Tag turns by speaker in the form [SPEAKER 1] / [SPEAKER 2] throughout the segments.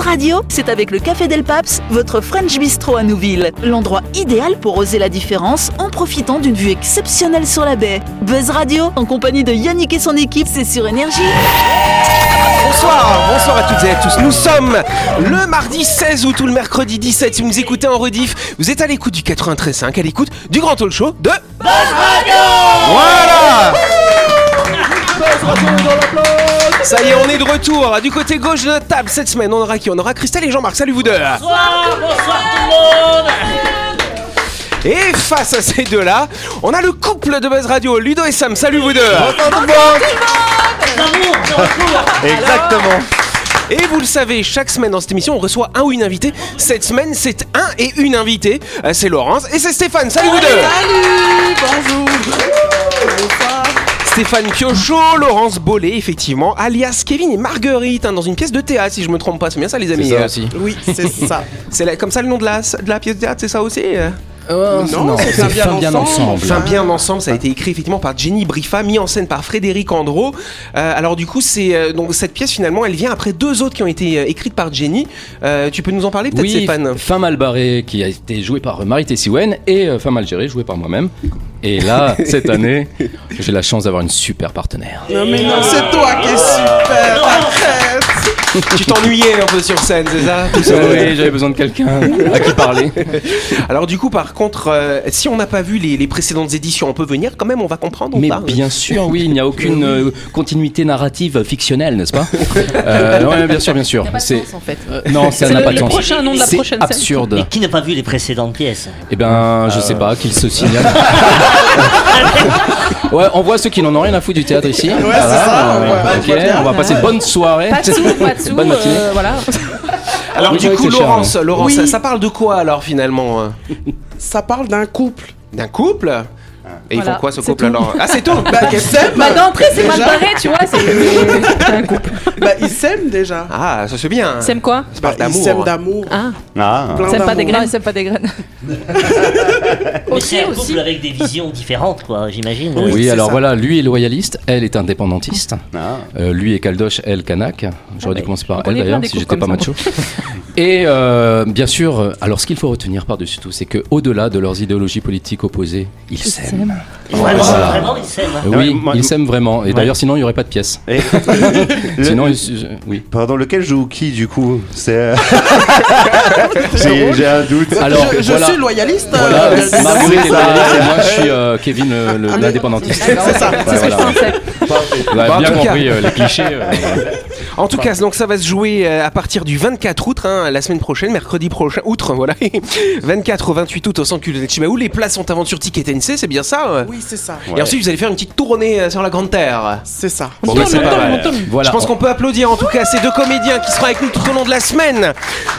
[SPEAKER 1] Radio, c'est avec le Café Del Paps, votre French Bistro à Nouville. L'endroit idéal pour oser la différence en profitant d'une vue exceptionnelle sur la baie. Buzz Radio, en compagnie de Yannick et son équipe, c'est sur Énergie.
[SPEAKER 2] Bonsoir, bonsoir à toutes et à tous. Nous sommes le mardi 16 août ou le mercredi 17. Si vous nous écoutez en rediff, vous êtes à l'écoute du 93.5, à l'écoute du grand talk show de Buzz Radio Voilà Ça y est, on est de retour. Du côté gauche de notre table, cette semaine, on aura qui On aura Christelle et Jean-Marc. Salut vous deux
[SPEAKER 3] Bonsoir, bonsoir tout le monde
[SPEAKER 2] Et face à ces deux-là, on a le couple de Buzz Radio, Ludo et Sam. Salut vous deux
[SPEAKER 3] D'amour, de retour
[SPEAKER 4] Exactement.
[SPEAKER 2] Et vous le savez, chaque semaine dans cette émission, on reçoit un ou une invitée. Cette semaine, c'est un et une invitée. Euh, C'est Laurence et c'est Stéphane. Salut vous deux Stéphane Piochot, Laurence Bollet, effectivement, alias Kevin et Marguerite, hein, dans une pièce de théâtre, si je me trompe pas. C'est bien ça, les amis euh,
[SPEAKER 5] Oui, c'est ça.
[SPEAKER 2] C'est la- comme ça le nom de la, de la pièce de théâtre, c'est ça aussi euh
[SPEAKER 5] non, c'est
[SPEAKER 4] c'est
[SPEAKER 5] bien
[SPEAKER 4] Fin bien
[SPEAKER 5] ensemble.
[SPEAKER 4] ensemble.
[SPEAKER 2] Fin bien ensemble, ça a été écrit effectivement par Jenny Brifa, mis en scène par Frédéric Andro. Euh, alors du coup, c'est euh, donc cette pièce finalement, elle vient après deux autres qui ont été euh, écrites par Jenny. Euh, tu peux nous en parler peut-être,
[SPEAKER 6] Oui,
[SPEAKER 2] Stéphane
[SPEAKER 6] Fin mal barré qui a été joué par euh, Marie Tessiwen et euh, Fin mal géré joué par moi-même. Et là, cette année, j'ai la chance d'avoir une super partenaire.
[SPEAKER 5] Non, mais non, c'est toi qui es super. Arrête.
[SPEAKER 2] Tu t'ennuyais un peu sur scène, c'est ça Tout seul.
[SPEAKER 6] Oui, j'avais besoin de quelqu'un à qui parler.
[SPEAKER 2] Alors du coup, par contre, euh, si on n'a pas vu les, les précédentes éditions, on peut venir quand même, on va comprendre. ou
[SPEAKER 6] Mais
[SPEAKER 2] pas
[SPEAKER 6] bien sûr, oui, il n'y a aucune euh, continuité narrative fictionnelle, n'est-ce pas Euh, ouais, Bien sûr, bien sûr. C'est euh,
[SPEAKER 7] en fait.
[SPEAKER 6] non, ça n'a pas de
[SPEAKER 7] hein. le
[SPEAKER 6] sens.
[SPEAKER 7] prochain nom de la
[SPEAKER 6] C'est
[SPEAKER 7] prochaine scène.
[SPEAKER 6] absurde.
[SPEAKER 3] Mais qui n'a pas vu les précédentes pièces
[SPEAKER 6] Eh ben, je sais pas, qu'ils se signalent. ouais, on voit ceux qui n'en ont rien à foutre du théâtre ici. Ouais,
[SPEAKER 5] c'est ça, on voit- on voit bien.
[SPEAKER 6] on va passer de bonnes soirées.
[SPEAKER 7] Pas de sous, pas de sous.
[SPEAKER 6] Bonne matinée.
[SPEAKER 7] euh, voilà.
[SPEAKER 2] Alors
[SPEAKER 6] Oui,
[SPEAKER 2] du
[SPEAKER 6] oui,
[SPEAKER 2] coup,
[SPEAKER 6] c'est cher,
[SPEAKER 2] Laurence, Laurence,
[SPEAKER 5] Oui.
[SPEAKER 2] ça, ça parle de quoi alors finalement euh
[SPEAKER 5] Ça parle d'un couple.
[SPEAKER 2] D'un couple Et ils
[SPEAKER 7] Ah. Voilà,
[SPEAKER 2] font quoi ce
[SPEAKER 7] c'est
[SPEAKER 2] couple
[SPEAKER 7] tout.
[SPEAKER 2] alors Ah, c'est tout
[SPEAKER 5] Bah, ils s'aiment.
[SPEAKER 7] Bah d'entrée, c'est mal
[SPEAKER 5] Déjà
[SPEAKER 7] barré, tu vois. C'est c'est un couple.
[SPEAKER 5] Bah, ils s'aiment déjà.
[SPEAKER 2] Ah, ça c'est bien.
[SPEAKER 7] Sème quoi
[SPEAKER 2] Ça
[SPEAKER 5] Bah,
[SPEAKER 2] parle
[SPEAKER 5] ils
[SPEAKER 2] d'amour. hein.
[SPEAKER 5] s'aiment d'amour.
[SPEAKER 7] Ah,
[SPEAKER 4] Ah.
[SPEAKER 5] Plein
[SPEAKER 7] sème pas
[SPEAKER 5] d'amour.
[SPEAKER 7] des graines, sème pas des graines.
[SPEAKER 3] Mais c'est
[SPEAKER 7] Aussi,
[SPEAKER 3] un
[SPEAKER 7] aussi.
[SPEAKER 3] couple avec des visions différentes, quoi, j'imagine.
[SPEAKER 6] Oui,
[SPEAKER 5] c'est
[SPEAKER 6] alors
[SPEAKER 5] ça.
[SPEAKER 6] voilà, lui est loyaliste, elle est indépendantiste.
[SPEAKER 4] Ah.
[SPEAKER 6] Euh, lui est Caldoche, elle Kanak. J'aurais dû commencer par
[SPEAKER 7] Ah bah, on
[SPEAKER 6] elle
[SPEAKER 7] est
[SPEAKER 6] d'ailleurs,
[SPEAKER 7] plein des
[SPEAKER 6] si
[SPEAKER 7] couples
[SPEAKER 6] j'étais pas
[SPEAKER 7] comme ça.
[SPEAKER 6] macho. Et euh, bien sûr, euh, alors ce qu'il faut retenir par-dessus tout, c'est que au delà de leurs idéologies politiques opposées, ils s'aiment.
[SPEAKER 3] Vraiment,
[SPEAKER 6] Voilà.
[SPEAKER 3] vraiment, ils s'aiment.
[SPEAKER 6] Oui,
[SPEAKER 4] Ouais, moi-
[SPEAKER 6] ils s'aiment vraiment. Et d'ailleurs, sinon, il n'y aurait pas de pièce.
[SPEAKER 4] Et- Le-
[SPEAKER 6] Sinon, ils- euh, oui.
[SPEAKER 4] Pardon, lequel joue qui du coup C'est. euh, J'ai j'ai un doute.
[SPEAKER 6] Alors,
[SPEAKER 5] je je
[SPEAKER 6] voilà.
[SPEAKER 5] suis loyaliste.
[SPEAKER 6] Voilà,
[SPEAKER 5] euh,
[SPEAKER 4] c'est
[SPEAKER 6] Marguerite
[SPEAKER 4] ça.
[SPEAKER 6] est loyaliste et moi, je suis euh, Kevin, le- le- l'indépendantiste.
[SPEAKER 5] C'est ça.
[SPEAKER 6] Ouais,
[SPEAKER 7] C'est ce que je
[SPEAKER 6] voilà.
[SPEAKER 7] pensais.
[SPEAKER 6] Vous avez
[SPEAKER 2] Bah, en
[SPEAKER 6] bien
[SPEAKER 2] tout cas-
[SPEAKER 6] compris euh, les clichés. euh, voilà.
[SPEAKER 2] En tout cas, donc ça va se jouer euh, à partir du 24 août, hein, la semaine prochaine, mercredi prochain, outre, voilà. 24 au 28 août au centre culturel de Chimaou. Les places sont à vendre sur Ticket NC, c'est bien ça euh
[SPEAKER 5] Oui, c'est ça.
[SPEAKER 2] Et ensuite, vous allez faire une petite tournée euh, sur la Grande Terre.
[SPEAKER 5] C'est ça.
[SPEAKER 2] Bon, bah, c'est pas mal.
[SPEAKER 6] Voilà.
[SPEAKER 2] Je pense qu'on peut applaudir en tout cas ces deux comédiens qui seront avec nous tout au long de la semaine.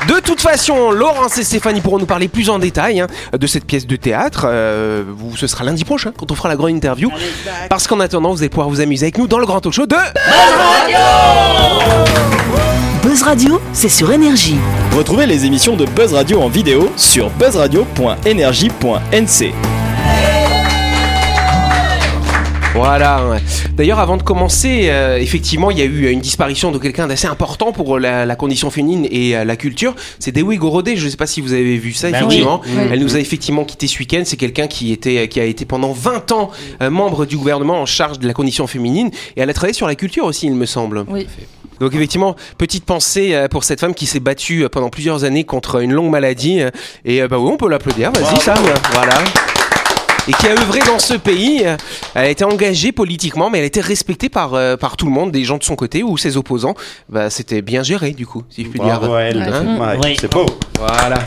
[SPEAKER 2] De toute façon, Laurence et Stéphanie pourront nous parler plus en détail hein, de cette pièce de théâtre. Euh, vous- ce sera lundi prochain quand on fera la grande interview. Parce qu'en attendant, vous allez pouvoir vous amuser avec nous dans le grand talk show de...
[SPEAKER 1] Buzz Radio, c'est sur Énergie.
[SPEAKER 8] Retrouvez les émissions de Buzz Radio en vidéo sur buzzradio.energie.nc.
[SPEAKER 2] Voilà. ouais. D'ailleurs, avant de commencer, euh, effectivement, il y a eu euh, une disparition de quelqu'un d'assez important pour la, la condition féminine et euh, la culture. C'est Dewi Gorodé. Je ne sais pas si vous avez vu ça,
[SPEAKER 3] Bah
[SPEAKER 2] effectivement.
[SPEAKER 6] Mm.
[SPEAKER 7] oui. Oui.
[SPEAKER 2] Elle nous a effectivement quitté ce week-end. C'est quelqu'un qui, était, qui a été pendant 20 ans euh, membre du gouvernement en charge de la condition féminine. Et elle a travaillé sur la culture aussi, il me semble.
[SPEAKER 7] Oui.
[SPEAKER 2] Donc effectivement, petite pensée euh, pour cette femme qui s'est battue euh, pendant plusieurs années contre une longue maladie. euh, Et euh, bah oui, on peut l'applaudir. Vas-y, Sam. Voilà. Et qui a œuvré dans ce pays. euh, Elle a été engagée politiquement, mais elle a été respectée par, euh, par tout le monde, des gens de son côté ou ses opposants. Bah, c'était bien géré, du coup, si je puis dire.
[SPEAKER 4] Bravo à elle.
[SPEAKER 2] Hein
[SPEAKER 4] Ouais,
[SPEAKER 3] Oui.
[SPEAKER 4] C'est beau.
[SPEAKER 2] voilà,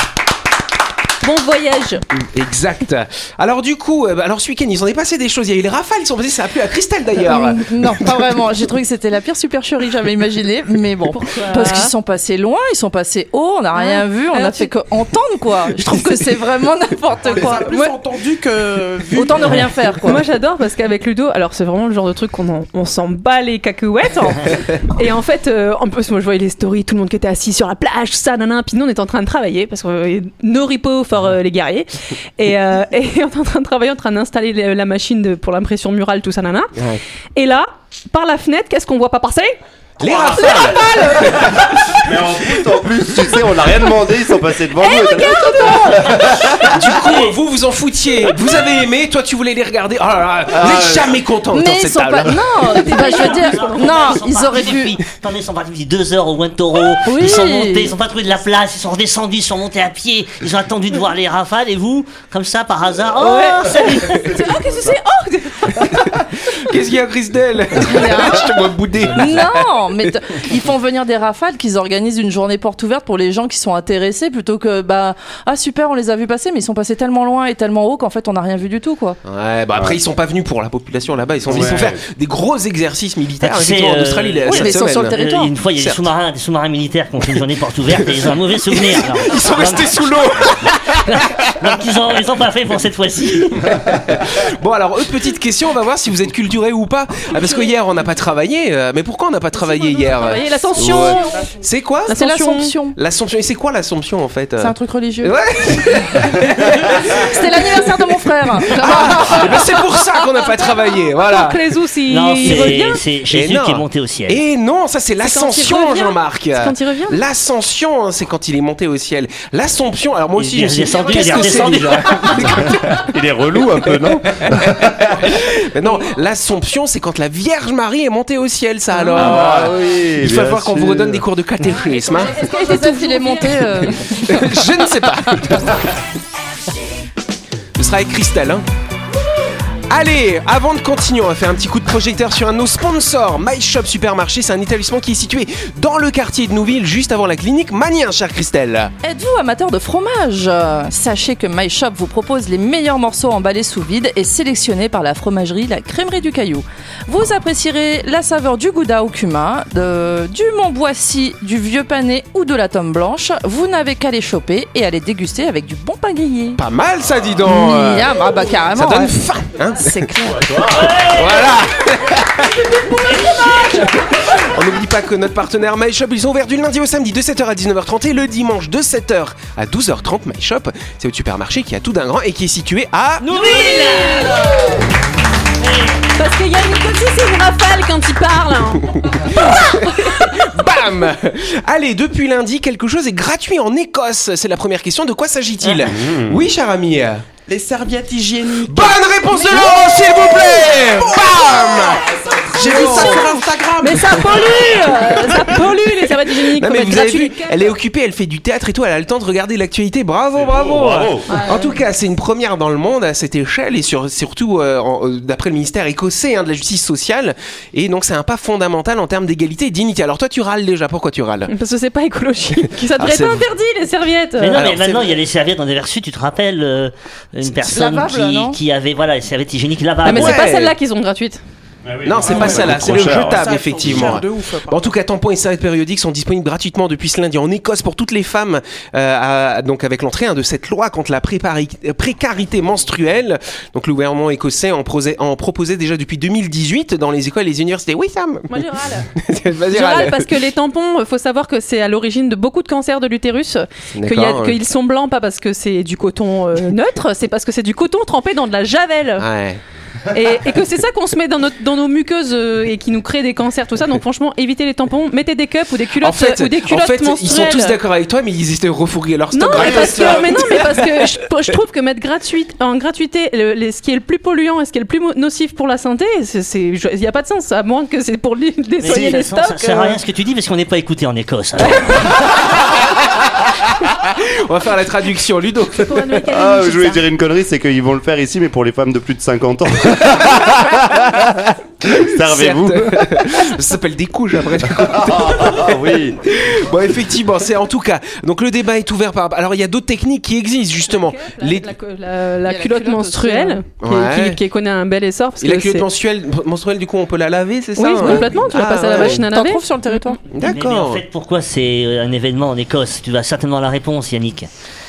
[SPEAKER 7] Bon voyage.
[SPEAKER 2] exact. Alors du coup, euh, bah, alors ce week-end, ils en est passé des choses. Il y a eu les rafales, ils sont passés, ça a plu à Christelle d'ailleurs.
[SPEAKER 9] Mm,
[SPEAKER 7] euh,
[SPEAKER 9] Non, pas vraiment. J'ai trouvé que c'était la pire supercherie que j'avais imaginée. Mais bon, parce qu'ils sont passés loin, ils sont passés haut, on n'a rien vu, on
[SPEAKER 7] Alors
[SPEAKER 9] n'a
[SPEAKER 7] tu-
[SPEAKER 9] fait que entendre quoi. Je trouve que c'est vraiment n'importe
[SPEAKER 5] On
[SPEAKER 9] quoi.
[SPEAKER 5] a plus
[SPEAKER 9] Ouais,
[SPEAKER 5] entendu que vu.
[SPEAKER 9] autant ne rien faire quoi.
[SPEAKER 7] Moi j'adore parce qu'avec Ludo, alors c'est vraiment le genre de truc qu'on en- on s'en bat les cacahuètes. hein. et en fait, euh, en plus, moi je voyais les stories, tout le monde qui était assis sur la plage, tout ça, nanan. Puis nous on était en train de travailler parce que nos repos for euh, les guerriers. Et, euh, et on était en train de travailler, en train d'installer la- la machine de- pour l'impression murale, tout ça, nanan. Et là, par la fenêtre, qu'est-ce qu'on voit pas passer
[SPEAKER 2] Les rafales
[SPEAKER 4] Mais en plus, en plus, tu sais, on n'a rien demandé, ils sont passés devant nous.
[SPEAKER 2] Du coup, vous vous en foutiez. Vous avez aimé, toi tu voulais les regarder. Oh là là, vous n'êtes jamais content autour de
[SPEAKER 9] Mais ils
[SPEAKER 2] cette
[SPEAKER 9] sont
[SPEAKER 2] table.
[SPEAKER 9] pas. Non, bah, je veux dire, non, ils auraient dû.
[SPEAKER 3] Attendez, ils sont partis depuis deux heures au One Toro.
[SPEAKER 9] Oui.
[SPEAKER 3] Ils sont montés, ils ont pas trouvé de la place, ils sont redescendus, ils sont montés à pied, ils ont attendu de voir les rafales. Et vous, comme ça, par hasard, oh, salut
[SPEAKER 2] Ah,
[SPEAKER 7] Oh, qu'est-ce que c'est Oh
[SPEAKER 2] Qu'est-ce qu'il y a, Christelle Je te vois bouder.
[SPEAKER 9] Non, mais t- ils font venir des rafales, qu'ils organisent une journée porte ouverte pour les gens qui sont intéressés plutôt que bah ah super on les a vus passer mais ils sont passés tellement loin et tellement haut qu'en fait on n'a rien vu du tout quoi.
[SPEAKER 2] Ouais, bah après, ils sont pas venus pour la population là-bas. Ils sont venus pour faire des gros exercices militaires.
[SPEAKER 3] Tu sais,
[SPEAKER 2] effectivement, en
[SPEAKER 3] euh,
[SPEAKER 2] Australie, la-
[SPEAKER 9] oui,
[SPEAKER 2] cette
[SPEAKER 9] mais ils sont
[SPEAKER 2] semaine.
[SPEAKER 9] sur le
[SPEAKER 3] Euh,
[SPEAKER 9] territoire.
[SPEAKER 3] Une fois, il y a des
[SPEAKER 2] Certes.
[SPEAKER 3] sous-marins, des sous-marins militaires qui ont fait une journée porte ouverte et ils ont un mauvais souvenir. alors.
[SPEAKER 2] Ils sont restés sous l'eau.
[SPEAKER 3] Donc, ils ont, ils ont pas fait pour cette fois-ci.
[SPEAKER 2] Bon, alors, autre petite question, on va voir si vous êtes culturé ou pas. Ah, parce que hier, on n'a pas travaillé. euh, Mais pourquoi on n'a pas travaillé hier
[SPEAKER 7] Voyez l'ascension
[SPEAKER 2] Ouais. C'est quoi
[SPEAKER 9] C'est
[SPEAKER 7] Ascension.
[SPEAKER 9] l'Assomption.
[SPEAKER 2] L'Assomption. Et c'est quoi l'Assomption en fait euh
[SPEAKER 9] C'est un truc religieux.
[SPEAKER 2] Ouais.
[SPEAKER 9] C'était l'anniversaire de mon
[SPEAKER 7] Ah.
[SPEAKER 9] frère.
[SPEAKER 2] Eh ben, C'est pour ça qu'on n'a pas travaillé. Voilà.
[SPEAKER 7] Jésus, il,
[SPEAKER 3] Non,
[SPEAKER 7] il
[SPEAKER 3] c'est-
[SPEAKER 7] revient
[SPEAKER 3] c'est
[SPEAKER 2] Et
[SPEAKER 3] Jésus
[SPEAKER 2] non.
[SPEAKER 3] qui est monté au ciel.
[SPEAKER 2] Et non, ça c'est l'ascension,
[SPEAKER 7] revient.
[SPEAKER 2] Jean-Marc.
[SPEAKER 7] C'est quand il revient
[SPEAKER 2] L'ascension, hein, c'est quand il est monté au ciel. L'assomption, alors moi aussi,
[SPEAKER 3] Il est
[SPEAKER 2] je me suis dit,
[SPEAKER 3] redescendu, il est
[SPEAKER 2] qu'est-ce que c'est
[SPEAKER 3] redescendu.
[SPEAKER 2] déjà
[SPEAKER 4] Il est relou un peu, non
[SPEAKER 2] Mais non, l'assomption, c'est quand la Vierge Marie est montée au ciel, ça alors.
[SPEAKER 4] Ah, oui.
[SPEAKER 2] Ah, Il va falloir qu'on vous redonne des cours de catéchisme. hein.
[SPEAKER 9] il est monté. euh,
[SPEAKER 2] je ne sais pas. Ce sera avec Christelle. hein. Allez, avant de continuer, on va faire un petit coup de projecteur sur un de nos sponsors, My Shop Supermarché. C'est un établissement qui est situé dans le quartier de Nouville, juste avant la clinique Manien, chère Christelle.
[SPEAKER 9] Êtes-vous amateur de fromage Sachez que My Shop vous propose les meilleurs morceaux emballés sous vide et sélectionnés par la fromagerie La Crèmerie du Caillou. Vous apprécierez la saveur du gouda au cumin, de- du montboissy, du vieux pané ou de la tome blanche. Vous n'avez qu'à les choper et à les déguster avec du bon pain grillé.
[SPEAKER 2] Pas mal ça, dis donc. euh,
[SPEAKER 9] Miam, ah bah carrément.
[SPEAKER 2] ça donne
[SPEAKER 9] ouais.
[SPEAKER 2] faim, hein
[SPEAKER 9] C'est clair.
[SPEAKER 2] Voilà On n'oublie pas que notre partenaire MyShop, ils sont ouverts du lundi au samedi de 7h à 19h30 et le dimanche de 7h à 12h30. MyShop, c'est le supermarché qui a tout d'un grand et qui est situé à...
[SPEAKER 7] Parce qu'il y a une aussi, c'est une rafale quand il parle. hein.
[SPEAKER 2] Bam Allez, depuis lundi, quelque chose est gratuit en Écosse. C'est la première question. De quoi s'agit-il Oui, cher ami
[SPEAKER 5] Les serviettes hygiéniques.
[SPEAKER 2] Bonne réponse de Laurent, s'il vous plaît Bam
[SPEAKER 5] J'ai vu ça sur Instagram.
[SPEAKER 7] Mais ça pollue euh, Ça pollue les serviettes hygiéniques
[SPEAKER 2] Non,
[SPEAKER 7] qu'on
[SPEAKER 2] mais
[SPEAKER 7] mette
[SPEAKER 2] vous avez
[SPEAKER 7] gratuit.
[SPEAKER 2] vu, elle est occupée, elle fait du théâtre et tout, elle a le temps de regarder l'actualité. Bravo, bravo,
[SPEAKER 4] bravo.
[SPEAKER 2] En tout cas, c'est une première dans le monde à cette échelle et sur- surtout euh, en- euh, d'après le ministère écossais hein, de la justice sociale. Et donc, c'est un pas fondamental en termes d'égalité et dignité. Alors, toi, tu râles déjà. Pourquoi tu râles
[SPEAKER 7] Parce que c'est pas écologique. Ça devrait
[SPEAKER 2] Ah, c'est
[SPEAKER 7] être
[SPEAKER 2] vrai.
[SPEAKER 7] interdit les serviettes.
[SPEAKER 3] Mais non,
[SPEAKER 2] Alors,
[SPEAKER 3] mais maintenant, il y a les serviettes dans des versus, tu te rappelles, euh, une personne
[SPEAKER 9] lavable, non
[SPEAKER 3] qui, qui avait, voilà, les serviettes hygiéniques
[SPEAKER 7] Ah, mais
[SPEAKER 3] lavables.
[SPEAKER 2] Ouais.
[SPEAKER 7] c'est pas celles-là qu'ils ont gratuites.
[SPEAKER 2] Non, c'est pas ça là, c'est
[SPEAKER 4] trop
[SPEAKER 2] le
[SPEAKER 4] cher.
[SPEAKER 5] Ça,
[SPEAKER 2] jetable,
[SPEAKER 5] c'est
[SPEAKER 2] effectivement.
[SPEAKER 5] cher de ouf, hein.
[SPEAKER 2] Bon, en tout cas, tampons et serviettes périodiques sont disponibles gratuitement depuis ce lundi en Écosse pour toutes les femmes, euh, à- donc avec l'entrée hein, de cette loi contre la prépari- euh, précarité menstruelle. Donc le gouvernement écossais en, prosait- en proposait déjà depuis 2018 dans les écoles et les universités. Oui, Sam
[SPEAKER 7] Moi je râle.
[SPEAKER 2] Vas-y,
[SPEAKER 7] Je râle
[SPEAKER 2] râle.
[SPEAKER 7] parce que les tampons, euh, faut savoir que c'est à l'origine de beaucoup de cancers de l'utérus. Que y a-
[SPEAKER 2] D'accord,
[SPEAKER 7] Qu'ils
[SPEAKER 2] ouais.
[SPEAKER 7] sont blancs, pas parce que c'est du coton euh, neutre, c'est parce que c'est du coton trempé dans de la javel.
[SPEAKER 2] Ouais.
[SPEAKER 7] Et, et que c'est ça qu'on se met dans, notre, dans nos muqueuses euh, et qui nous crée des cancers, tout ça. Donc franchement, évitez les tampons, mettez des cups ou des culottes, euh,
[SPEAKER 2] En fait,
[SPEAKER 7] ou des
[SPEAKER 2] en
[SPEAKER 7] culottes
[SPEAKER 2] fait ils sont
[SPEAKER 7] menstruelles.
[SPEAKER 2] tous d'accord avec toi, mais ils essaient de refourguer leur
[SPEAKER 7] Non
[SPEAKER 2] stock.
[SPEAKER 7] mais,
[SPEAKER 2] gratos.
[SPEAKER 7] parce que, mais non, mais parce que je, je trouve que mettre gratuit, en gratuité le- les- ce qui est le plus polluant et ce qui est le plus mo- nocif pour la santé, c'est- c'est- je- il n'y a pas de sens, à moins que c'est pour li-
[SPEAKER 3] Mais de
[SPEAKER 7] désolier les
[SPEAKER 3] toute façon, ça
[SPEAKER 7] stocks.
[SPEAKER 3] sert à
[SPEAKER 7] euh.
[SPEAKER 3] rien ce que tu dis parce qu'on n'est pas écouté en Écosse. hein.
[SPEAKER 2] On va faire la traduction, Ludo.
[SPEAKER 4] Ah, je voulais dire une connerie, c'est qu'ils vont le faire ici, mais pour les femmes de plus de 50 ans. Servez-vous.
[SPEAKER 2] Certes. Ça s'appelle des couches après.
[SPEAKER 4] Ah oui.
[SPEAKER 2] Bon, effectivement, c'est en tout cas. Donc le débat est ouvert par. Alors il y a d'autres techniques qui existent justement. Les-
[SPEAKER 7] La, la- la- la culotte,
[SPEAKER 9] la
[SPEAKER 7] hein.
[SPEAKER 9] culotte
[SPEAKER 7] menstruelle qui,
[SPEAKER 2] Ouais.
[SPEAKER 7] qui- qui connaît un bel essor parce
[SPEAKER 2] Et la
[SPEAKER 7] que
[SPEAKER 2] culotte
[SPEAKER 7] c'est-
[SPEAKER 2] mensuelle, mensuelle, du coup, on peut la laver, c'est ça
[SPEAKER 7] oui
[SPEAKER 2] hein
[SPEAKER 7] complètement tu vas
[SPEAKER 2] Ah,
[SPEAKER 7] passer à la Hein.
[SPEAKER 2] ouais.
[SPEAKER 7] machine à
[SPEAKER 9] T'en
[SPEAKER 7] laver
[SPEAKER 9] trouves sur le territoire
[SPEAKER 3] Mais- mais en
[SPEAKER 2] D'accord.
[SPEAKER 3] euh, fait, pourquoi c'est un événement en Écosse Tu vas certainement la réponse, Yannick.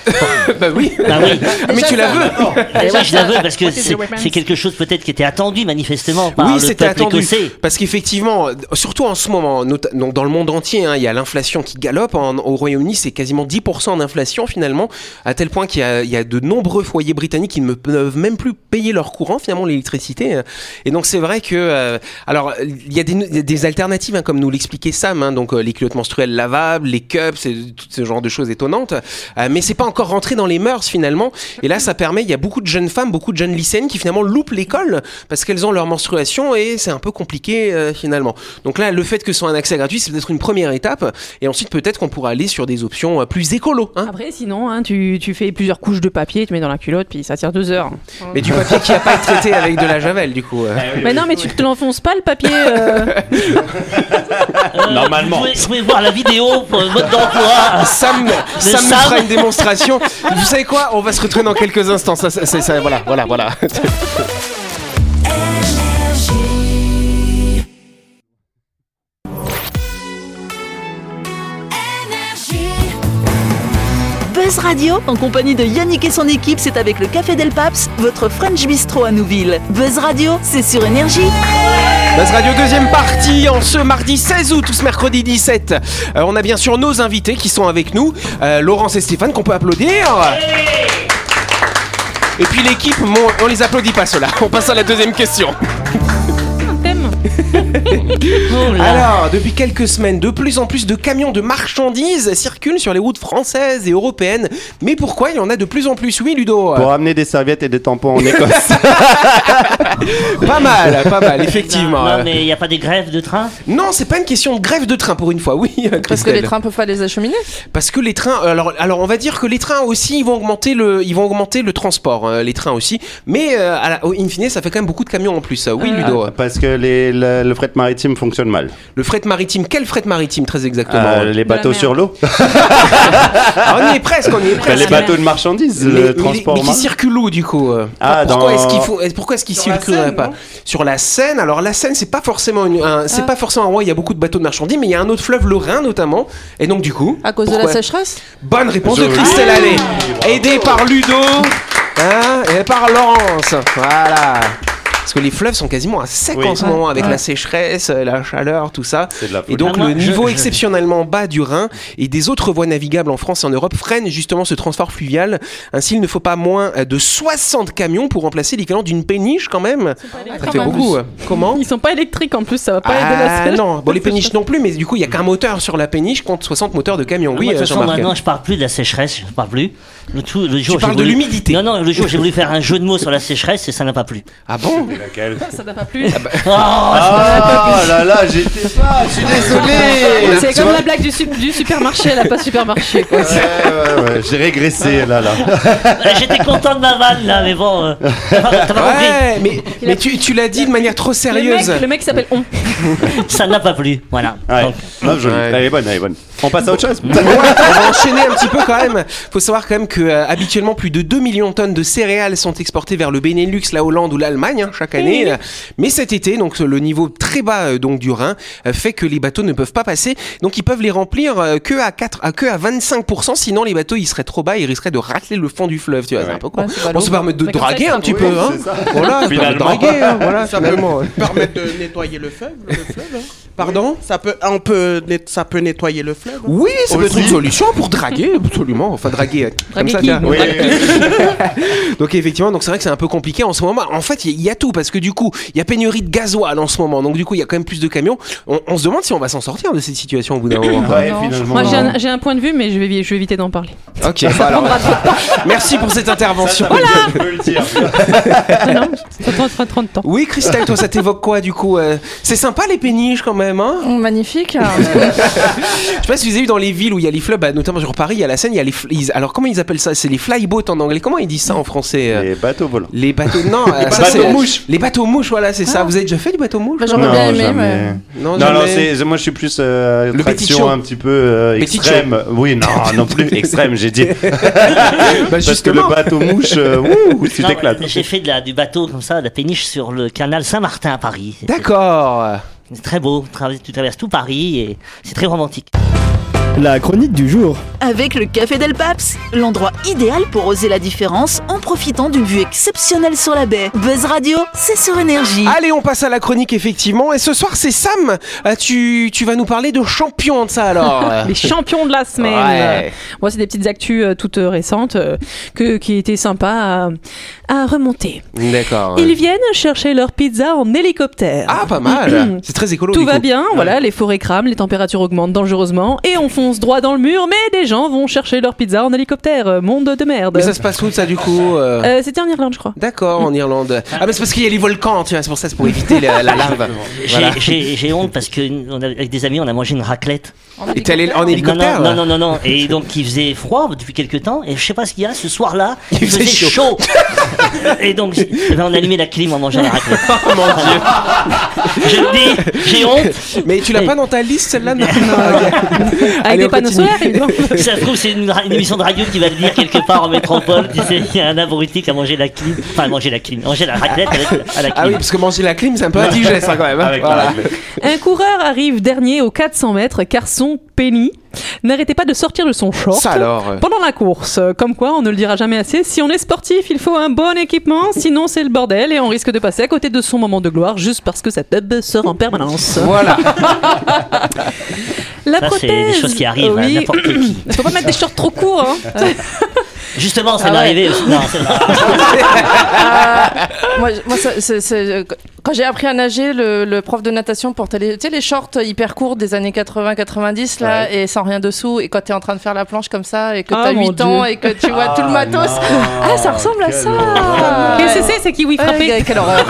[SPEAKER 2] bah oui.
[SPEAKER 3] Bah oui.
[SPEAKER 2] Ah, mais
[SPEAKER 9] Déjà
[SPEAKER 2] tu la
[SPEAKER 9] ça.
[SPEAKER 2] veux
[SPEAKER 3] Mais moi, je la veux parce que
[SPEAKER 7] What is
[SPEAKER 3] c'est
[SPEAKER 7] your weapons
[SPEAKER 3] c'est quelque chose peut-être qui était attendu manifestement par
[SPEAKER 2] Oui,
[SPEAKER 3] le
[SPEAKER 2] c'était
[SPEAKER 3] peuple
[SPEAKER 2] attendu.
[SPEAKER 3] écossais.
[SPEAKER 2] Parce qu'effectivement, euh, surtout en ce moment, nota- donc dans le monde entier, hein, il y a l'inflation qui galope. En- au Royaume-Uni, c'est quasiment 10% d'inflation finalement, à tel point qu'il y a, il y a de nombreux foyers britanniques qui ne peuvent même plus payer leur courant, finalement, l'électricité. Et donc c'est vrai que... euh, alors, il y a des, il y a des alternatives, hein, comme nous l'expliquait Sam, hein, donc euh, les culottes menstruelles lavables, les cups, et tout ce genre de choses étonnantes. Euh, mais c'est pas encore rentré dans les mœurs finalement. Et là, ça permet, il y a beaucoup de jeunes femmes, beaucoup de jeunes lycéennes qui finalement loupent l'école parce qu'elles ont leur menstruation et c'est un peu compliqué euh, finalement. Donc là, le fait que ce soit un accès gratuit, c'est peut-être une première étape. Et ensuite, peut-être qu'on pourra aller sur des options euh, plus écolo. Hein.
[SPEAKER 7] Après, sinon, hein, tu, tu fais plusieurs couches de papier, tu mets dans la culotte, puis ça tire deux heures.
[SPEAKER 2] Mais du papier qui a pas été traité avec de la javel, du coup. euh.
[SPEAKER 7] Mais non, mais tu te l'enfonces pas le papier. euh,
[SPEAKER 3] Euh,
[SPEAKER 8] Normalement.
[SPEAKER 3] Vous pouvez, vous pouvez voir la vidéo pour le mode d'emploi.
[SPEAKER 2] Sam, Sam nous
[SPEAKER 3] Sam.
[SPEAKER 2] fera une démonstration. Vous savez quoi On va se retrouver dans quelques instants. Ça, ça, c'est ça, voilà, voilà, voilà.
[SPEAKER 1] Buzz Radio, en compagnie de Yannick et son équipe, c'est avec le Café Del Paps, votre French Bistro à Nouville. Buzz Radio, c'est sur Énergie.
[SPEAKER 2] Buzz Radio deuxième partie en ce mardi 16 août, tout ce mercredi 17. Euh, on a bien sûr nos invités qui sont avec nous, Euh, Laurence et Stéphane qu'on peut applaudir. Et puis l'équipe, bon, on les applaudit pas ceux-là. On passe à la deuxième question.
[SPEAKER 7] thème.
[SPEAKER 3] Oh là.
[SPEAKER 2] Alors, depuis quelques semaines, de plus en plus de camions de marchandises circulent sur les routes françaises et européennes. Mais pourquoi il y en a de plus en plus Oui, Ludo.
[SPEAKER 4] Pour amener des serviettes et des tampons en Écosse.
[SPEAKER 2] Pas mal, pas mal, effectivement.
[SPEAKER 3] Non, mais il n'y a pas des grèves de train
[SPEAKER 2] Non, c'est pas une question de grève de train pour une fois. Oui,
[SPEAKER 9] Parce que les
[SPEAKER 2] Christelle.
[SPEAKER 9] trains peuvent pas les acheminer.
[SPEAKER 2] Parce que les trains, euh, alors, alors on va dire que les trains aussi, ils vont augmenter le, ils vont augmenter le transport, hein, les trains aussi. Mais euh, à la- au- in fine, ça fait quand même beaucoup de camions en plus. euh, Oui, Ludo.
[SPEAKER 4] Parce que les- le, le fret maritime fonctionne mal.
[SPEAKER 2] Le fret maritime, quel fret maritime très exactement
[SPEAKER 4] Euh, les
[SPEAKER 7] la
[SPEAKER 4] bateaux
[SPEAKER 7] mer.
[SPEAKER 4] sur l'eau.
[SPEAKER 2] Ah, On y est presque, on y est
[SPEAKER 4] Bah,
[SPEAKER 2] presque.
[SPEAKER 4] les bateaux de marchandises,
[SPEAKER 2] Mais- mais-
[SPEAKER 4] le transport
[SPEAKER 2] mais qui
[SPEAKER 4] marin.
[SPEAKER 2] circulent où du coup euh
[SPEAKER 4] Ah,
[SPEAKER 2] Pourquoi
[SPEAKER 4] dans-
[SPEAKER 2] est-ce qu'il faut, est- pourquoi est-ce qu'ils
[SPEAKER 5] Sur la
[SPEAKER 2] circuleraient
[SPEAKER 5] Seine,
[SPEAKER 2] pas
[SPEAKER 5] non
[SPEAKER 2] Sur la Seine, alors la Seine c'est pas forcément une- un, c'est pas forcément un roi, il y a beaucoup de bateaux de marchandises, mais il y a un autre fleuve, le Rhin notamment, et donc du coup.
[SPEAKER 9] À cause de la
[SPEAKER 2] pourquoi
[SPEAKER 9] sécheresse
[SPEAKER 2] Bonne réponse de
[SPEAKER 4] Joli.
[SPEAKER 2] Christelle Allais. Aidée par Ludo hein, et par Laurence. Voilà. Parce que les fleuves sont quasiment à sec
[SPEAKER 4] Oui.
[SPEAKER 2] en ce moment avec la sécheresse, euh, la chaleur, tout ça.
[SPEAKER 4] C'est de la
[SPEAKER 2] Et
[SPEAKER 4] folie.
[SPEAKER 2] donc
[SPEAKER 3] Ah, moi,
[SPEAKER 2] le
[SPEAKER 3] je-
[SPEAKER 2] niveau
[SPEAKER 3] je-
[SPEAKER 2] exceptionnellement bas du Rhin et des autres voies navigables en France et en Europe freine justement ce transport fluvial. Ainsi, il ne faut pas moins de 60 camions pour remplacer l'équivalent d'une péniche quand même.
[SPEAKER 7] Ah,
[SPEAKER 2] Ça fait
[SPEAKER 9] en
[SPEAKER 2] beaucoup. hein. Comment
[SPEAKER 7] Ils sont pas électriques en plus, ça va pas aider la
[SPEAKER 2] ah
[SPEAKER 7] sécheresse.
[SPEAKER 2] non, bon les péniches non plus, mais du coup il y a qu'un moteur sur la péniche contre 60 moteurs de camions. Oui,
[SPEAKER 3] Moi, de
[SPEAKER 2] euh,
[SPEAKER 3] toute façon,
[SPEAKER 2] Jean-Marc.
[SPEAKER 3] maintenant, je parle plus de la sécheresse, je parle plus. Le tout, le jour, j'ai
[SPEAKER 2] parles de
[SPEAKER 3] voulu-
[SPEAKER 2] l'humidité.
[SPEAKER 3] Non, non, le jour, j'ai voulu faire un jeu de mots sur la sécheresse et ça n'a pas plu. Oh,
[SPEAKER 2] Ah bon
[SPEAKER 7] Ça n'a pas plu.
[SPEAKER 4] Ah là là, j'étais pas, je suis désolé.
[SPEAKER 2] ah,
[SPEAKER 7] C'est comme la blague du, sup- du supermarché, là, pas supermarché. Quoi.
[SPEAKER 4] Ouais, ouais, ouais, j'ai régressé là là.
[SPEAKER 3] Euh, J'étais content de ma vanne là, mais bon. euh, T'as pas t'as pas compris
[SPEAKER 2] Ouais, mais, mais tu, tu l'as dit de manière trop
[SPEAKER 7] Le mec,
[SPEAKER 2] sérieuse.
[SPEAKER 7] le mec s'appelle On.
[SPEAKER 3] Ça n'a pas plu, voilà.
[SPEAKER 4] Ouais.
[SPEAKER 3] Donc,
[SPEAKER 4] Non, jolie.
[SPEAKER 2] Ouais.
[SPEAKER 4] Elle est bonne, elle est bonne. On passe à autre chose.
[SPEAKER 2] Ouais, on va enchaîner un petit peu quand même. Faut savoir quand même que euh, habituellement plus de 2 millions de tonnes de céréales sont exportées vers le Benelux, la Hollande ou l'Allemagne hein, chaque année. Mais cet été, donc le niveau très bas euh, donc du Rhin euh, fait que les bateaux ne peuvent pas passer. Donc ils peuvent les remplir euh, que à 4 à que à 25 sinon les bateaux ils seraient trop bas, ils risqueraient de rateler le fond du fleuve, tu vois, c'est un peu con.
[SPEAKER 9] Ouais, c'est pas
[SPEAKER 2] on se
[SPEAKER 9] lourd.
[SPEAKER 2] permet de
[SPEAKER 7] Mais comme ça,
[SPEAKER 2] draguer
[SPEAKER 7] ils
[SPEAKER 2] un petit
[SPEAKER 4] Oui,
[SPEAKER 2] peu hein.
[SPEAKER 4] c'est ça.
[SPEAKER 2] Voilà, on peut
[SPEAKER 4] Finalement.
[SPEAKER 2] draguer hein, voilà,
[SPEAKER 5] Ça peut
[SPEAKER 2] finalement.
[SPEAKER 5] permettre de nettoyer le fleuve. le fleuve, hein.
[SPEAKER 2] Pardon
[SPEAKER 5] Ça peut, on peut, net- ça peut nettoyer le fleuve. hein.
[SPEAKER 2] Oui, ça peut être
[SPEAKER 4] Aussi.
[SPEAKER 2] une solution pour draguer, absolument. Enfin, draguer, euh, comme
[SPEAKER 7] Draguer
[SPEAKER 2] ça,
[SPEAKER 7] qui
[SPEAKER 2] tiens.
[SPEAKER 4] Oui.
[SPEAKER 2] Donc, effectivement, donc c'est vrai que c'est un peu compliqué en ce moment. En fait, il y, a tout, parce que du coup, il y a pénurie de gasoil en ce moment. Donc, du coup, il y a quand même plus de camions. On, on se demande si on va s'en sortir de cette situation au bout d'un moment.
[SPEAKER 4] Ouais,
[SPEAKER 7] Non.
[SPEAKER 4] finalement.
[SPEAKER 7] Moi, j'ai un, j'ai un point de vue, mais je vais, je vais éviter d'en parler.
[SPEAKER 2] ok, bah alors, merci pour cette intervention.
[SPEAKER 4] Je peux le dire.
[SPEAKER 7] Non, ça prend- ça prend 30 ans.
[SPEAKER 2] Oui, Christelle, toi, ça t'évoque quoi, du coup euh, C'est sympa, les péniches, quand même, hein
[SPEAKER 9] Mmh, Magnifique. hein.
[SPEAKER 2] Je sais pas si vous avez vu dans les villes où il y a les fleuves, bah, notamment sur Paris, il y a la Seine, il y a les... fl- ils- Alors, comment ils appellent ça C'est les flyboats en anglais. Comment ils disent ça en français euh
[SPEAKER 4] Les bateaux volants.
[SPEAKER 2] Les bateaux. Non, les
[SPEAKER 4] bateaux mouches.
[SPEAKER 2] Les bateaux mouches, voilà, c'est ça. Vous avez déjà fait du bateau mouche
[SPEAKER 9] Bah, J'aurais
[SPEAKER 4] Non,
[SPEAKER 9] bien aimé,
[SPEAKER 4] jamais.
[SPEAKER 9] mais.
[SPEAKER 4] Non, non,
[SPEAKER 2] jamais.
[SPEAKER 4] c'est- moi je suis plus euh,
[SPEAKER 2] Le petit show.
[SPEAKER 4] traction un petit peu euh,
[SPEAKER 2] Petit
[SPEAKER 4] extrême. Oui, non, non plus extrême, j'ai dit.
[SPEAKER 2] Bah,
[SPEAKER 4] Parce que le
[SPEAKER 2] justement. Ah
[SPEAKER 4] bateau mouche, euh, ouh, tu
[SPEAKER 3] non,
[SPEAKER 4] t'éclates.
[SPEAKER 3] J'ai fait de la, du bateau comme ça, de la péniche sur le canal Saint-Martin à Paris. C'était-
[SPEAKER 2] D'accord.
[SPEAKER 3] C'est très beau, tu traverses- tu traverses tout Paris et c'est très romantique.
[SPEAKER 8] La chronique du jour.
[SPEAKER 1] Avec le Café Del Paps, l'endroit idéal pour oser la différence en profitant d'une vue exceptionnelle sur la baie. Buzz Radio, c'est sur énergie.
[SPEAKER 2] Allez, on passe à la chronique, effectivement. Et ce soir, c'est Sam. Euh, tu, tu vas nous parler de champion de ça, alors.
[SPEAKER 7] Les champions de la semaine.
[SPEAKER 2] Ouais.
[SPEAKER 7] Euh, Moi, c'est des petites actus euh, toutes euh, récentes euh, que, qui étaient sympas à, à remonter.
[SPEAKER 2] D'accord.
[SPEAKER 7] Ils viennent chercher leur pizza en hélicoptère.
[SPEAKER 2] Ah, pas mal. C'est très écolo.
[SPEAKER 7] Tout
[SPEAKER 2] du
[SPEAKER 7] va
[SPEAKER 2] coup. Ah
[SPEAKER 7] bien, voilà, les forêts crament, les températures augmentent dangereusement et on fonce droit dans le mur, mais des gens vont chercher leur pizza en hélicoptère. Euh, Monde de merde.
[SPEAKER 2] Mais ça se passe où, ça, du coup euh
[SPEAKER 7] Euh, C'était en Irlande, je crois.
[SPEAKER 2] D'accord, en Irlande. Ah, mais c'est parce qu'il y a les volcans, tu vois, c'est pour ça, c'est pour éviter la, la lave.
[SPEAKER 3] J'ai-
[SPEAKER 2] Voilà.
[SPEAKER 3] J'ai j'ai honte parce que nous, on a- avec des amis on a mangé une raclette.
[SPEAKER 2] Et t'es allé en
[SPEAKER 3] Et non,
[SPEAKER 2] hélicoptère
[SPEAKER 3] non, non, non, non, non. Et donc il faisait froid depuis quelques temps. Et je sais pas ce qu'il y a ce soir-là.
[SPEAKER 2] Il faisait chaud.
[SPEAKER 3] et donc j'ai- eh ben, on a allumé la clim en mangeant la raclette.
[SPEAKER 2] Oh mon dieu.
[SPEAKER 3] Je le dis, j'ai honte.
[SPEAKER 2] Mais tu l'as pas dans ta liste, celle-là Non.
[SPEAKER 7] Avec
[SPEAKER 2] Allez,
[SPEAKER 7] des
[SPEAKER 2] on
[SPEAKER 7] panneaux
[SPEAKER 2] continue.
[SPEAKER 7] solaires, évidemment.
[SPEAKER 3] Ça se trouve, c'est une, ra- une émission de radio qui va le dire quelque part en métropole. Tu sais, il y a un abruti qui a mangé la clim. Enfin, mangé la clim. Mangé la raclette avec, à la clim.
[SPEAKER 2] Ah oui, parce que manger la clim, c'est un peu indigeste, hein, quand même. hein. Voilà.
[SPEAKER 7] Un coureur arrive dernier aux 400 mètres car son penny n'arrêtait pas de sortir de son short.
[SPEAKER 2] Ça alors. euh.
[SPEAKER 7] Pendant la course, comme quoi on ne le dira jamais assez, si on est sportif, il faut un bon équipement, sinon c'est le bordel et on risque de passer à côté de son moment de gloire juste parce que sa tub sort en permanence.
[SPEAKER 2] Voilà.
[SPEAKER 7] La
[SPEAKER 3] Ça, c'est des
[SPEAKER 7] prothèse,
[SPEAKER 3] choses qui arrivent à n'importe qui.
[SPEAKER 7] Faut pas mettre des shorts trop courts. hein.
[SPEAKER 3] Justement, ça
[SPEAKER 9] Ah
[SPEAKER 3] m'est
[SPEAKER 9] ouais.
[SPEAKER 3] arrivé aussi. Non, c'est-
[SPEAKER 9] Moi, je- moi, ça- c'est- c'est- quand j'ai appris à nager, le, le prof de natation portait les, tu sais, les shorts hyper courts des années 80-90 là et sans rien dessous. Et quand t'es en train de faire la planche comme ça et que
[SPEAKER 7] Ah,
[SPEAKER 9] t'as
[SPEAKER 7] mon
[SPEAKER 9] 8 ans
[SPEAKER 7] Dieu.
[SPEAKER 9] et que tu vois tout le matos, ah ça ressemble à ça. Euh, Ah,
[SPEAKER 7] Qu'est-ce que c'est, c'est kiwi
[SPEAKER 9] Ouais,
[SPEAKER 7] frappé
[SPEAKER 9] gars, quelle horreur.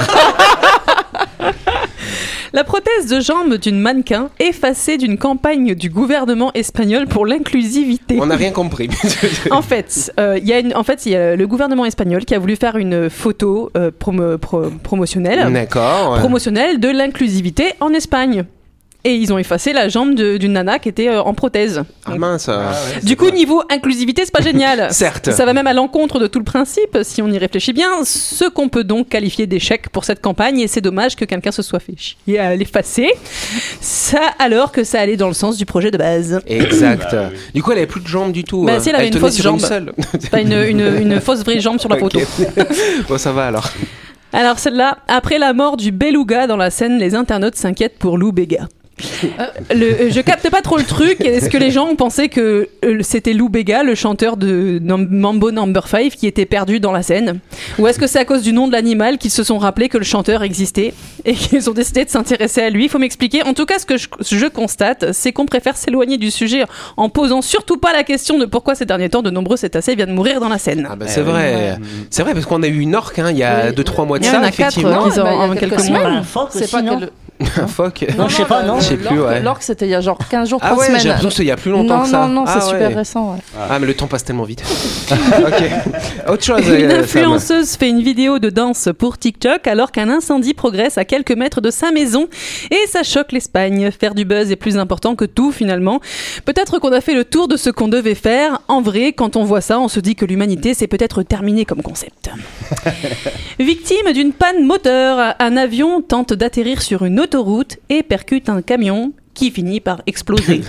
[SPEAKER 7] La prothèse de jambe d'une mannequin effacée d'une campagne du gouvernement espagnol pour l'inclusivité.
[SPEAKER 2] On n'a rien compris.
[SPEAKER 7] En fait, euh, il y a une- en fait, il y a le gouvernement espagnol qui a voulu faire une photo euh, promo- pro- promotionnelle,
[SPEAKER 2] D'accord. euh,
[SPEAKER 7] promotionnelle de l'inclusivité en Espagne. Et ils ont effacé la jambe de- d'une nana qui était euh, en prothèse.
[SPEAKER 2] Ah mince.
[SPEAKER 7] Du coup, niveau inclusivité, c'est pas génial.
[SPEAKER 2] Certes.
[SPEAKER 7] Ah. Ça va même à l'encontre de tout le principe, si on y réfléchit bien, ce qu'on peut donc qualifier d'échec pour cette campagne, et c'est dommage que quelqu'un se soit fait chier à l'effacer, ça alors que ça allait dans le sens du projet de base.
[SPEAKER 2] Exact. Du coup, elle avait plus de jambes du tout.
[SPEAKER 7] Bah,
[SPEAKER 2] hein.
[SPEAKER 7] si, elle avait une
[SPEAKER 2] tenait
[SPEAKER 7] fausse
[SPEAKER 2] sur
[SPEAKER 7] jambe.
[SPEAKER 2] seule.
[SPEAKER 7] Pas une, une, une fausse vraie jambe sur la photo.
[SPEAKER 2] Ok. bon, ça va alors.
[SPEAKER 7] Alors celle-là, après la mort du beluga dans la scène, les internautes s'inquiètent pour Lou Béga. Euh, le- euh, je capte pas trop le truc. Est-ce que les gens ont pensé que euh, c'était Lou Béga, le chanteur de Nam- Mambo Number 5, qui était perdu dans la scène Ou est-ce que c'est à cause du nom de l'animal qu'ils se sont rappelés que le chanteur existait et qu'ils ont décidé de s'intéresser à lui Il faut m'expliquer. En tout cas, ce que je, je constate, c'est qu'on préfère s'éloigner du sujet en posant surtout pas la question de pourquoi ces derniers temps de nombreux cétacés viennent mourir dans la Seine.
[SPEAKER 2] Ah bah, c'est vrai. C'est vrai parce qu'on a eu une orque hein, il y a
[SPEAKER 9] Oui.
[SPEAKER 2] 2-3 mois de
[SPEAKER 7] Il y
[SPEAKER 2] ça.
[SPEAKER 7] en a quatre
[SPEAKER 2] effectivement.
[SPEAKER 7] hein.
[SPEAKER 9] Non,
[SPEAKER 7] qui sont
[SPEAKER 9] bah, il y a
[SPEAKER 7] en
[SPEAKER 9] quelques
[SPEAKER 7] quelques mois.
[SPEAKER 9] semaines.
[SPEAKER 3] Pas un phoque
[SPEAKER 9] C'est
[SPEAKER 3] aussi,
[SPEAKER 9] pas
[SPEAKER 3] non
[SPEAKER 9] quelle-
[SPEAKER 2] Un phoque.
[SPEAKER 3] Non, je sais pas,
[SPEAKER 9] le-
[SPEAKER 3] non.
[SPEAKER 9] le-
[SPEAKER 2] Je sais plus,
[SPEAKER 9] l'orque-
[SPEAKER 2] ouais.
[SPEAKER 9] L'orque, c'était il y a genre 15 jours,
[SPEAKER 2] Ah
[SPEAKER 9] 3
[SPEAKER 2] ouais, j'ai
[SPEAKER 9] semaines.
[SPEAKER 2] l'impression que c'est il y a plus
[SPEAKER 9] Non,
[SPEAKER 2] longtemps
[SPEAKER 9] non,
[SPEAKER 2] que ça.
[SPEAKER 9] non,
[SPEAKER 2] ah,
[SPEAKER 9] c'est
[SPEAKER 2] ouais.
[SPEAKER 9] super récent. ouais.
[SPEAKER 2] Ah, mais le temps passe tellement vite. ok. Autre chose.
[SPEAKER 7] Une
[SPEAKER 2] euh, Sam.
[SPEAKER 7] influenceuse fait une vidéo de danse pour TikTok alors qu'un incendie progresse à quelques mètres de sa maison et ça choque l'Espagne. Faire du buzz est plus important que tout finalement. Peut-être qu'on a fait le tour de ce qu'on devait faire. En vrai, quand on voit ça, on se dit que l'humanité s'est peut-être terminée comme concept. Victime d'une panne moteur, un avion tente d'atterrir sur une autoroute et percute un camion qui finit par exploser.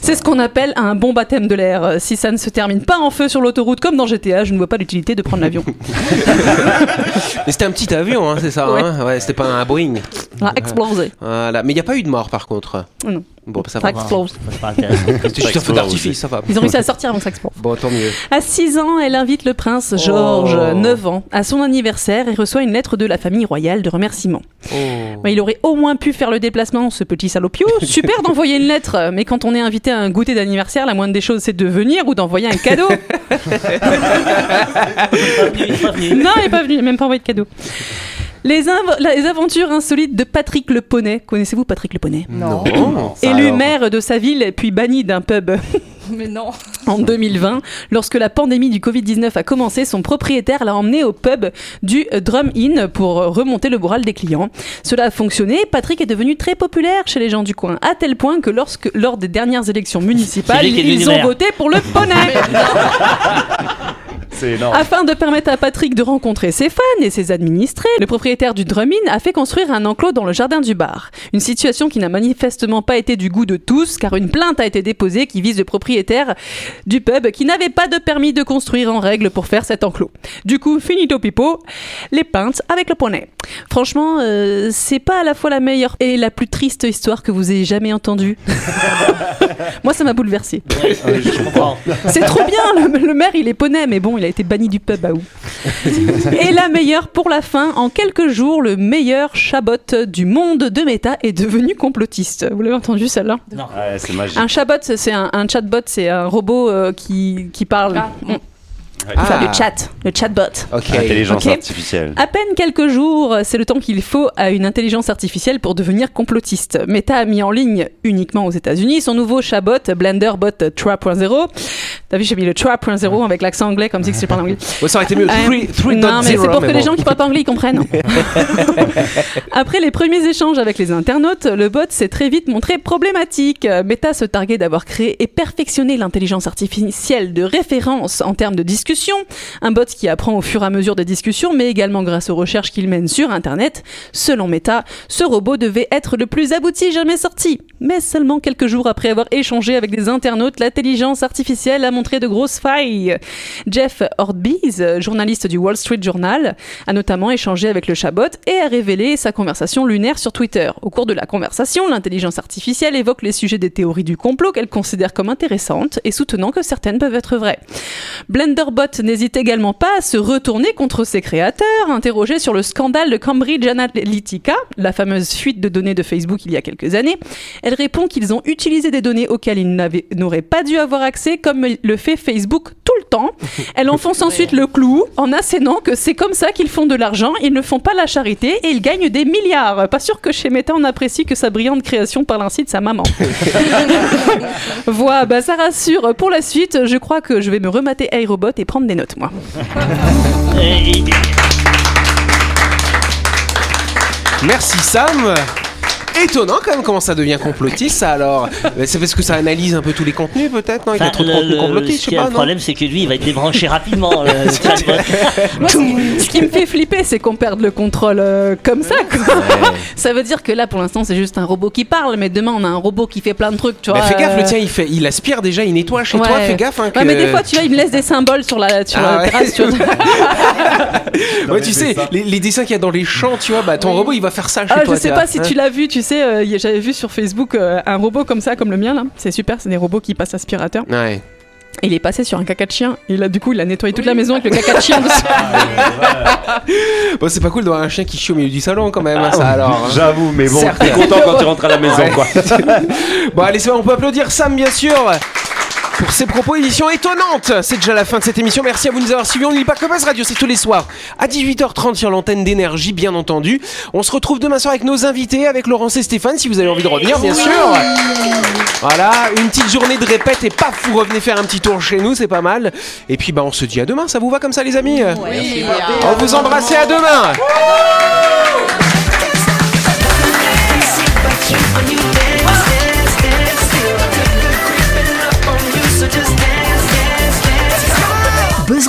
[SPEAKER 7] C'est ce qu'on appelle un bon baptême de l'air. Euh, Si ça ne se termine pas en feu sur l'autoroute comme dans GTA, je ne vois pas l'utilité de prendre l'avion.
[SPEAKER 2] Mais c'était un petit avion, hein, c'est ça.
[SPEAKER 7] Ouais.
[SPEAKER 2] hein ouais, c'était pas un Boeing.
[SPEAKER 7] Ça explose.
[SPEAKER 2] Voilà. Mais il n'y a pas eu de mort par contre.
[SPEAKER 7] Oh Non.
[SPEAKER 2] Bon, bah, ça va.
[SPEAKER 7] Ça explose.
[SPEAKER 3] C'est pas intéressant.
[SPEAKER 2] C'était juste un feu d'artifice, ça va.
[SPEAKER 7] Ils ont réussi à sortir avant que ça explose.
[SPEAKER 2] Bon, tant mieux.
[SPEAKER 7] À 6 ans, elle invite le prince Georges, 9 ans, à son anniversaire et reçoit une lettre de la famille royale de remerciement. Ouais, il aurait au moins pu faire le déplacement, ce petit salopio. Super d'envoyer une lettre, mais quand on est invité à un goûter d'anniversaire, la moindre des choses c'est de venir ou d'envoyer un cadeau. Non, il n'est pas venu, il n'a même pas envoyé de cadeau. Les, inv- les aventures insolites de Patrick Le Poney. Connaissez-vous Patrick Le Poney
[SPEAKER 9] Non,
[SPEAKER 2] Ça,
[SPEAKER 7] Élu
[SPEAKER 2] alors.
[SPEAKER 7] maire de sa ville, puis banni d'un pub
[SPEAKER 9] mais non.
[SPEAKER 7] en 2020. Lorsque la pandémie du Covid-19 a commencé, son propriétaire l'a emmené au pub du Drum Inn pour remonter le moral des clients. Cela a fonctionné. Patrick est devenu très populaire chez les gens du coin, à tel point que lorsque, lors des dernières élections municipales,
[SPEAKER 3] C'est lui qui est devenu
[SPEAKER 7] ils ont
[SPEAKER 3] maire.
[SPEAKER 7] voté pour le poney.
[SPEAKER 4] C'est énorme.
[SPEAKER 7] Afin de permettre à Patrick de rencontrer ses fans et ses administrés, le propriétaire du Drumin a fait construire un enclos dans le jardin du bar. Une situation qui n'a manifestement pas été du goût de tous, car une plainte a été déposée qui vise le propriétaire du pub qui n'avait pas de permis de construire en règle pour faire cet enclos. Du coup, finito pipo, les pintes avec le poney. Franchement, euh, c'est pas à la fois la meilleure et la plus triste histoire que vous ayez jamais entendue. Moi, ça m'a bouleversée.
[SPEAKER 3] Ouais, je comprends.
[SPEAKER 7] C'est trop bien, le, le maire il est poney, mais bon, il a été banni du pub à où Et la meilleure pour la fin, en quelques jours, le meilleur chabot du monde de méta est devenu complotiste. Vous l'avez entendu celle-là
[SPEAKER 2] ah.
[SPEAKER 4] Ouais, c'est magique.
[SPEAKER 7] Un chabot, c'est un, un chatbot, c'est un robot euh, qui, qui parle.
[SPEAKER 9] Ah.
[SPEAKER 7] Mm.
[SPEAKER 4] Ah.
[SPEAKER 7] Enfin, le chat, le chatbot.
[SPEAKER 2] Ok.
[SPEAKER 4] Intelligence
[SPEAKER 7] Ok.
[SPEAKER 4] artificielle.
[SPEAKER 7] À peine quelques jours, c'est le temps qu'il faut à une intelligence artificielle pour devenir complotiste. Meta a mis en ligne, uniquement aux États-Unis, son nouveau chatbot BlenderBot 3.0. T'as vu, j'ai mis le 3.0 avec l'accent anglais comme si je parlais anglais.
[SPEAKER 2] Ouais, ça aurait été mieux.
[SPEAKER 7] Euh,
[SPEAKER 2] Three- three
[SPEAKER 7] non,
[SPEAKER 2] dot
[SPEAKER 7] mais c'est
[SPEAKER 2] zero,
[SPEAKER 7] pour que les
[SPEAKER 2] bon.
[SPEAKER 7] gens qui parlent pas anglais ils comprennent. Après les premiers échanges avec les internautes, le bot s'est très vite montré problématique. Euh, Meta se targuait d'avoir créé et perfectionné l'intelligence artificielle de référence en termes de discussion. Un bot qui apprend au fur et à mesure des discussions, mais également grâce aux recherches qu'il mène sur Internet. Selon Meta, ce robot devait être le plus abouti jamais sorti. Mais seulement quelques jours après avoir échangé avec des internautes, l'intelligence artificielle a montré de grosses failles. Jeff Ordbies, euh, journaliste du Wall Street Journal, a notamment échangé avec le chabot et a révélé sa conversation lunaire sur Twitter. Au cours de la conversation, l'intelligence artificielle évoque les sujets des théories du complot qu'elle considère comme intéressantes et soutenant que certaines peuvent être vraies. Blenderbot n'hésite également pas à se retourner contre ses créateurs, interrogé sur le scandale de Cambridge Analytica, la fameuse fuite de données de Facebook il y a quelques années. Elle répond qu'ils ont utilisé des données auxquelles ils n'avaient- n'auraient pas dû avoir accès, comme le fait Facebook tout le temps. Elle enfonce ensuite le clou en assénant que c'est comme ça qu'ils font de l'argent, ils ne font pas la charité et ils gagnent des milliards. Pas sûr que chez Meta on apprécie que sa brillante création parle ainsi de sa maman. voilà, bah ça rassure. Pour la suite, je crois que je vais me remater iRobot et prendre des notes, moi.
[SPEAKER 3] Et- et-
[SPEAKER 2] Merci Sam. Étonnant quand même comment ça devient complotiste ça alors. Mais C'est parce que ça analyse un peu tous les contenus peut-être, non Il y a
[SPEAKER 3] Enfin,
[SPEAKER 2] trop de
[SPEAKER 3] le-
[SPEAKER 2] contenus
[SPEAKER 3] le-
[SPEAKER 2] complotistes,
[SPEAKER 3] ce
[SPEAKER 2] je sais
[SPEAKER 3] qui est
[SPEAKER 2] pas,
[SPEAKER 3] le
[SPEAKER 2] non
[SPEAKER 3] problème, c'est que lui, il va être débranché rapidement. le- le chatbot.
[SPEAKER 7] Moi, ce ce qui me fait flipper, c'est qu'on perde le contrôle euh, comme ça. quoi. Ça veut dire que là, pour l'instant, c'est juste un robot qui parle, mais demain, on a un robot qui fait plein de trucs, tu
[SPEAKER 2] Bah,
[SPEAKER 7] vois.
[SPEAKER 2] fais gaffe, le
[SPEAKER 7] euh,
[SPEAKER 2] tien il, fait, il aspire déjà, il nettoie chez
[SPEAKER 7] Ouais.
[SPEAKER 2] toi, fais gaffe. Hein,
[SPEAKER 7] Ouais, mais
[SPEAKER 2] que-
[SPEAKER 7] des fois, tu vois, il me laisse des symboles sur la, sur
[SPEAKER 2] Ah
[SPEAKER 7] la
[SPEAKER 2] ouais.
[SPEAKER 7] terrasse. tu vois.
[SPEAKER 2] Ouais, tu sais, les, les dessins qu'il y a dans les champs, tu vois, bah ton robot il va faire ça chez
[SPEAKER 7] Ah,
[SPEAKER 2] toi.
[SPEAKER 7] je sais
[SPEAKER 2] tu
[SPEAKER 7] pas
[SPEAKER 2] vois,
[SPEAKER 7] si
[SPEAKER 2] hein.
[SPEAKER 7] tu l'as vu, tu sais, euh, y- j'avais vu sur Facebook euh, un robot comme ça, comme le mien là. C'est super, c'est des robots qui passent aspirateur.
[SPEAKER 2] Hein Ouais.
[SPEAKER 7] Et il est passé sur un caca de chien. Et là, du coup, il a nettoyé toute la maison avec le caca de chien. dessus.
[SPEAKER 2] Bon, c'est pas cool d'avoir un chien qui chie au milieu du salon quand
[SPEAKER 3] Ah,
[SPEAKER 2] même, hein, ça alors. hein.
[SPEAKER 4] J'avoue, mais bon,
[SPEAKER 2] Certes.
[SPEAKER 4] t'es content quand tu rentres à la maison,
[SPEAKER 2] Ouais.
[SPEAKER 4] quoi.
[SPEAKER 2] Bon, allez, c'est bon, on peut applaudir Sam, bien sûr, pour ses propositions étonnantes. C'est déjà la fin de cette émission. Merci à vous de nous avoir suivis. On n'est pas que Buzz Radio, c'est tous les soirs à 18h30 sur l'antenne d'énergie, bien entendu. On se retrouve demain soir avec nos invités, avec Laurence et Stéphane, si vous avez envie de revenir, bien sûr. Voilà, une petite journée de répète et paf, vous revenez faire un petit tour chez nous, c'est pas mal. Et puis, bah, on se dit à demain. Ça vous va comme ça, les amis On vous embrasse et à demain.
[SPEAKER 1] Buzz